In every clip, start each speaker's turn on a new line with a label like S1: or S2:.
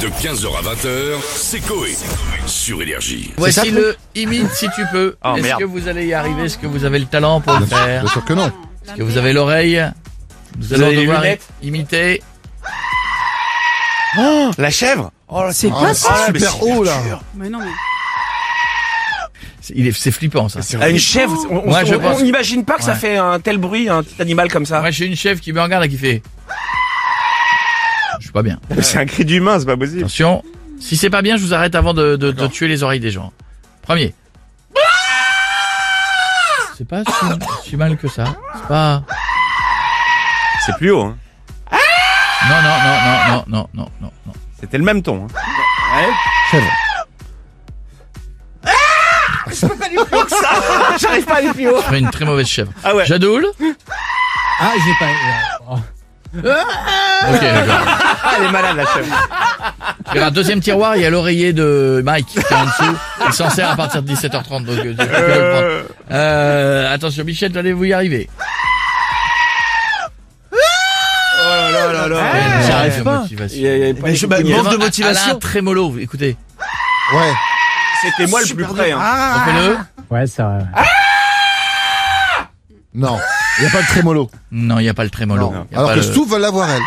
S1: De 15h à 20h, c'est Coé. Sur Énergie.
S2: Voici
S3: ça, le
S2: le imite si tu peux.
S3: Oh,
S2: Est-ce
S3: merde.
S2: que vous allez y arriver Est-ce que vous avez le talent pour le
S4: Bien sûr,
S2: faire
S4: bien sûr que non.
S2: Est-ce que vous avez l'oreille Nous allons
S3: avez les
S2: devoir
S3: lunettes
S2: imiter.
S3: La chèvre Oh, c'est
S4: Ah, c'est super haut là.
S5: Mais non, mais.
S2: C'est- il est- C'est flippant ça.
S3: Une chèvre, on- on
S2: Ouais, je
S3: on-
S2: pense.
S3: on n'imagine pas que ça
S2: Ouais.
S3: fait un tel bruit, un petit animal comme ça.
S2: Moi j'ai une chef qui me regarde et qui fait. Je suis pas bien.
S6: C'est un cri d'humain, c'est pas possible.
S2: Attention, si c'est pas bien, je vous arrête avant de, de- de tuer les oreilles des gens. Premier. C'est pas si, si mal que ça. C'est pas.
S6: C'est plus haut. hein.
S2: Non, non, non, non, non, non, non, non.
S6: C'était le même ton. hein.
S3: J'arrive pas à aller plus haut.
S2: Je ferai une très mauvaise chèvre.
S6: Ah ouais.
S2: Jadoul
S7: Ah, j'ai pas.
S2: Ok, d'accord.
S6: Ah, elle est malade la chèvre.
S2: Il y aura un deuxième tiroir, il y a l'oreiller de Mike qui est en dessous. Il s'en sert à partir de 17h30. Donc, euh, tu peux le prendre.
S6: Euh,
S2: Euh, attention, Michel, allez-vous y arriver
S6: Oh
S7: j'y
S2: J'arrive
S7: arrive pas.
S3: Il y a- il y a Ah, pas
S7: Mais
S3: les
S7: je- bah,
S3: coups de
S7: manque
S3: poignet.
S7: de motivation.
S2: Alain Trémolo, écoutez.
S4: Ouais.
S6: C'était moi le plus près. hein.
S2: Fais-le.
S7: Ouais, ça.
S4: Non. Il n'y a pas de trémolo.
S2: Non, il n'y a pas le Trémolo.
S4: Non.
S2: Il y a
S4: Alors
S2: pas
S4: que
S2: le-
S4: Stu veut l'avoir elle.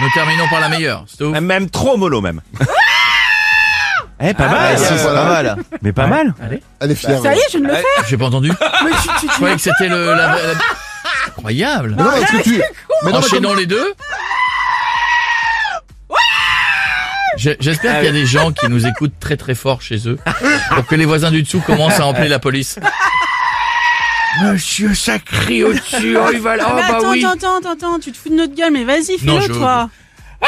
S2: Nous terminons par la meilleure. Stouff.
S6: Même, même trop mollo même. Eh,
S3: Ah,
S6: pas mal.
S4: ouais,
S6: euh,
S4: si, voilà.
S6: Mais pas mal.
S4: Elle est fière.
S5: Ça
S4: ouais.
S5: y est, je ne le fais
S2: J'ai pas entendu.
S5: Mais tu, tu,
S2: Je
S5: tu-
S2: croyais que c'était le. la- la- Incroyable.
S4: Mais non, parce Ah, que tu. Mais non, mais
S2: Enchaînons
S4: comme-
S2: les deux. Je- J'espère qu'il y a des gens qui nous écoutent très très fort chez eux pour que les voisins du dessous commencent à appeler la police. Monsieur, ça crie au-dessus. Oh, il va là.
S5: Ah,
S2: Oh,
S5: mais
S2: bah
S5: attends,
S2: oui.
S5: attends, attends, attends, tu te fous de notre gueule, mais vas-y,
S2: Non,
S5: fais-le,
S2: je-
S5: toi. Ah,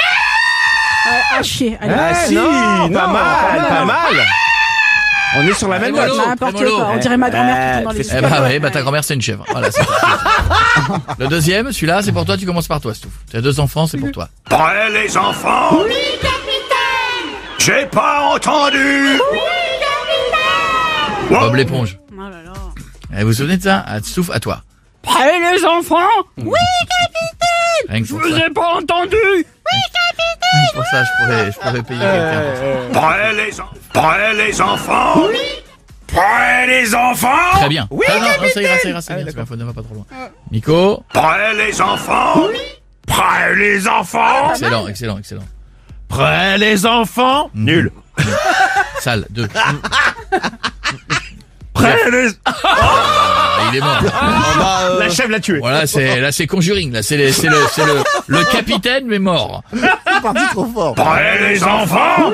S5: ah, chier, allez.
S3: Ah si, non, pas mal, pas mal. Ah,
S6: On est sur la même
S2: Allez,
S6: note.
S2: mollo,
S5: N'importe
S2: très mollo.
S5: quoi, on dirait ma grand-mère qui tombe dans les
S2: Eh bah ouais, bah ta grand-mère c'est une chèvre. Voilà, c'est tout. Le deuxième, celui-là, c'est pour toi, tu commences par toi, Stouff. Tu as deux enfants, c'est pour toi.
S1: Prêt les enfants Oui, capitaine J'ai pas entendu
S2: Bob l'éponge.
S5: Oh là là.
S2: Eh, vous vous souvenez de ça Ah, Stouff, à toi. Hmm.
S5: Allez, les enfants
S2: Rien que pour ça.
S3: pas entendu.
S2: Pour ça, je pourrais, je pourrais payer quelqu'un. pour ça.
S1: Prêt les, en- Prêt les enfants Oui Prêt les enfants
S2: Très bien. Oui, non, non, ça ira, ça ira, c'est bien, c'est bien, faut ne va pas trop loin. Nico,
S1: Prêt les enfants Oui Prêt les enfants
S2: excellent, excellent, excellent.
S6: Prêt les enfants. Nul.
S2: Sale, deux.
S6: Prêt les.
S2: Ah, il est mort.
S6: La chèvre l'a tué.
S2: Voilà, c'est, là, c'est Conjuring, là, c'est le, c'est le, c'est le, le capitaine, mais mort.
S4: C'est parti trop fort.
S1: Prêt les enfants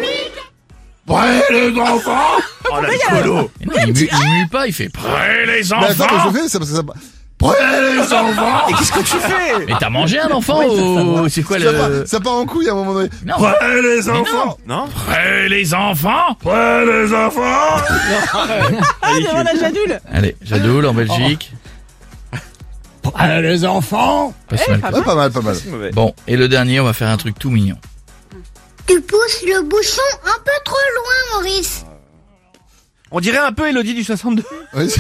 S1: Prêt les enfants
S6: Oh la colo.
S2: Mais Eh non, il mue, il mue pas, il fait,
S1: Prêt les
S4: Mais attends, mais
S1: enfants
S4: je fais, c'est parce que ça. Prêt les enfants
S3: Qu'est-ce que tu fais
S2: mais t'as mangé un enfant ou, c'est quoi
S4: ça,
S2: le,
S4: part, ça part en couille à un moment donné.
S2: non.
S1: Prêt les
S2: mais
S1: enfants
S2: non.
S6: Non.
S1: Prêt les enfants Prêt les enfants
S5: Ah, devant la jadoule
S2: Allez, Jadoul, en Belgique.
S7: Ah, les enfants
S2: Pas si mal que ça.
S4: Ouais, pas mal, pas mal.
S6: Mauvais.
S2: Bon, et le dernier, on va faire un truc tout mignon.
S8: Tu pousses le bouchon un peu trop loin, Maurice.
S6: On dirait un peu Elodie du 62.
S4: Oui.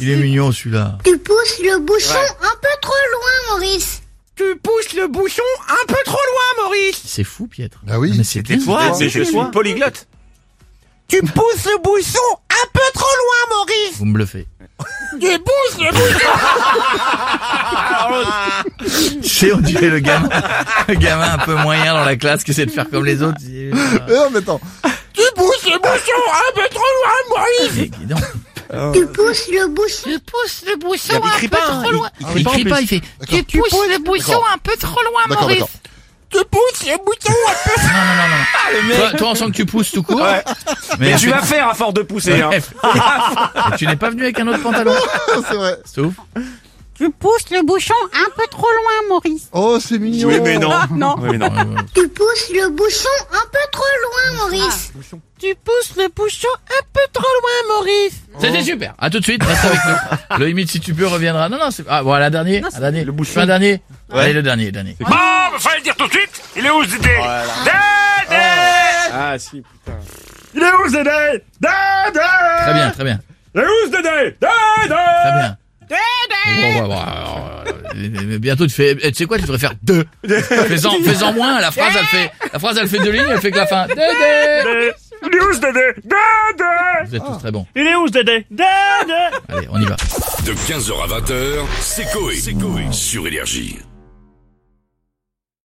S2: Il est mignon, celui-là.
S8: Tu pousses le bouchon un peu trop loin, Maurice.
S3: Tu pousses le bouchon un peu trop loin, Maurice.
S2: C'est fou, Pietre.
S4: Ah oui.
S2: Non, Mais c'est
S6: C'était
S2: bien.
S6: toi.
S3: Mais
S6: Mais
S3: je
S6: je
S3: suis
S6: suis polyglotte.
S3: Tu pousses le bouchon un peu trop loin, Maurice.
S2: Vous me bluffez.
S3: Tu pousses le bouchon.
S2: Tu sais, on dirait le gamin, le gamin un peu moyen dans la classe qui essaie de faire comme les autres. Il est- euh,
S4: Mais non, mais attends.
S3: Tu pousses le bouchon un peu trop loin, Maurice.
S2: Il est guidon.
S8: Tu pousses le bouchon.
S3: Tu pousses le bouchon
S6: Il crie pas. hein, il-
S2: Il crie pas, il fait.
S4: D'accord.
S2: Tu pousses-
S3: le
S4: bouchon
S3: un peu trop loin,
S4: D'accord, d'accord.
S3: Tu pousses le bouchon un peu.
S2: Non, non, non, non. Toi, toi, on sent que tu pousses tout court.
S6: Ouais.
S2: Mais,
S6: Tu vas faire à force de pousser. hein.
S2: Ouais. Mais tu n'es pas venu avec un autre pantalon.
S4: C'est vrai.
S2: C'est ouf.
S5: Tu pousses le bouchon un peu trop loin, Maurice.
S4: Oh, c'est mignon.
S6: Oui, mais non.
S5: Ah, non.
S6: Oui, mais non.
S2: Ouais, ouais.
S8: Tu pousses le bouchon un peu trop loin, Maurice.
S5: Tu pousses le bouchon un peu trop loin, Maurice.
S2: C'était super. À tout de suite. Reste avec nous. Le limite, si tu peux, reviendra. Non, non, c'est, ah, voilà, dernier.
S5: Non,
S2: un dernier.
S6: le bouchon.
S2: Fais Un dernier. Allez, le dernier, dernier.
S1: Bon, fallait le dire tout de suite Il est où ce dé
S6: Oh Ah si.
S1: Il est où ce dé Dédé
S2: Très bien, très bien.
S1: Il est où ce dé
S2: Très bien. Bon, bon, bon, alors, euh, bientôt tu fais, eh, tu sais quoi, tu devrais faire deux. Fais-en, fais-en moins, la phrase elle fait, la phrase elle fait deux lignes, elle fait que la fin. Deux, deux.
S3: Il est où ce Dédé Dédé
S2: Vous êtes tous très bons.
S3: Il est où ce Dédé Dédé
S2: Allez, on y va.
S1: De 15h à 20h, c'est Coé sur Énergie.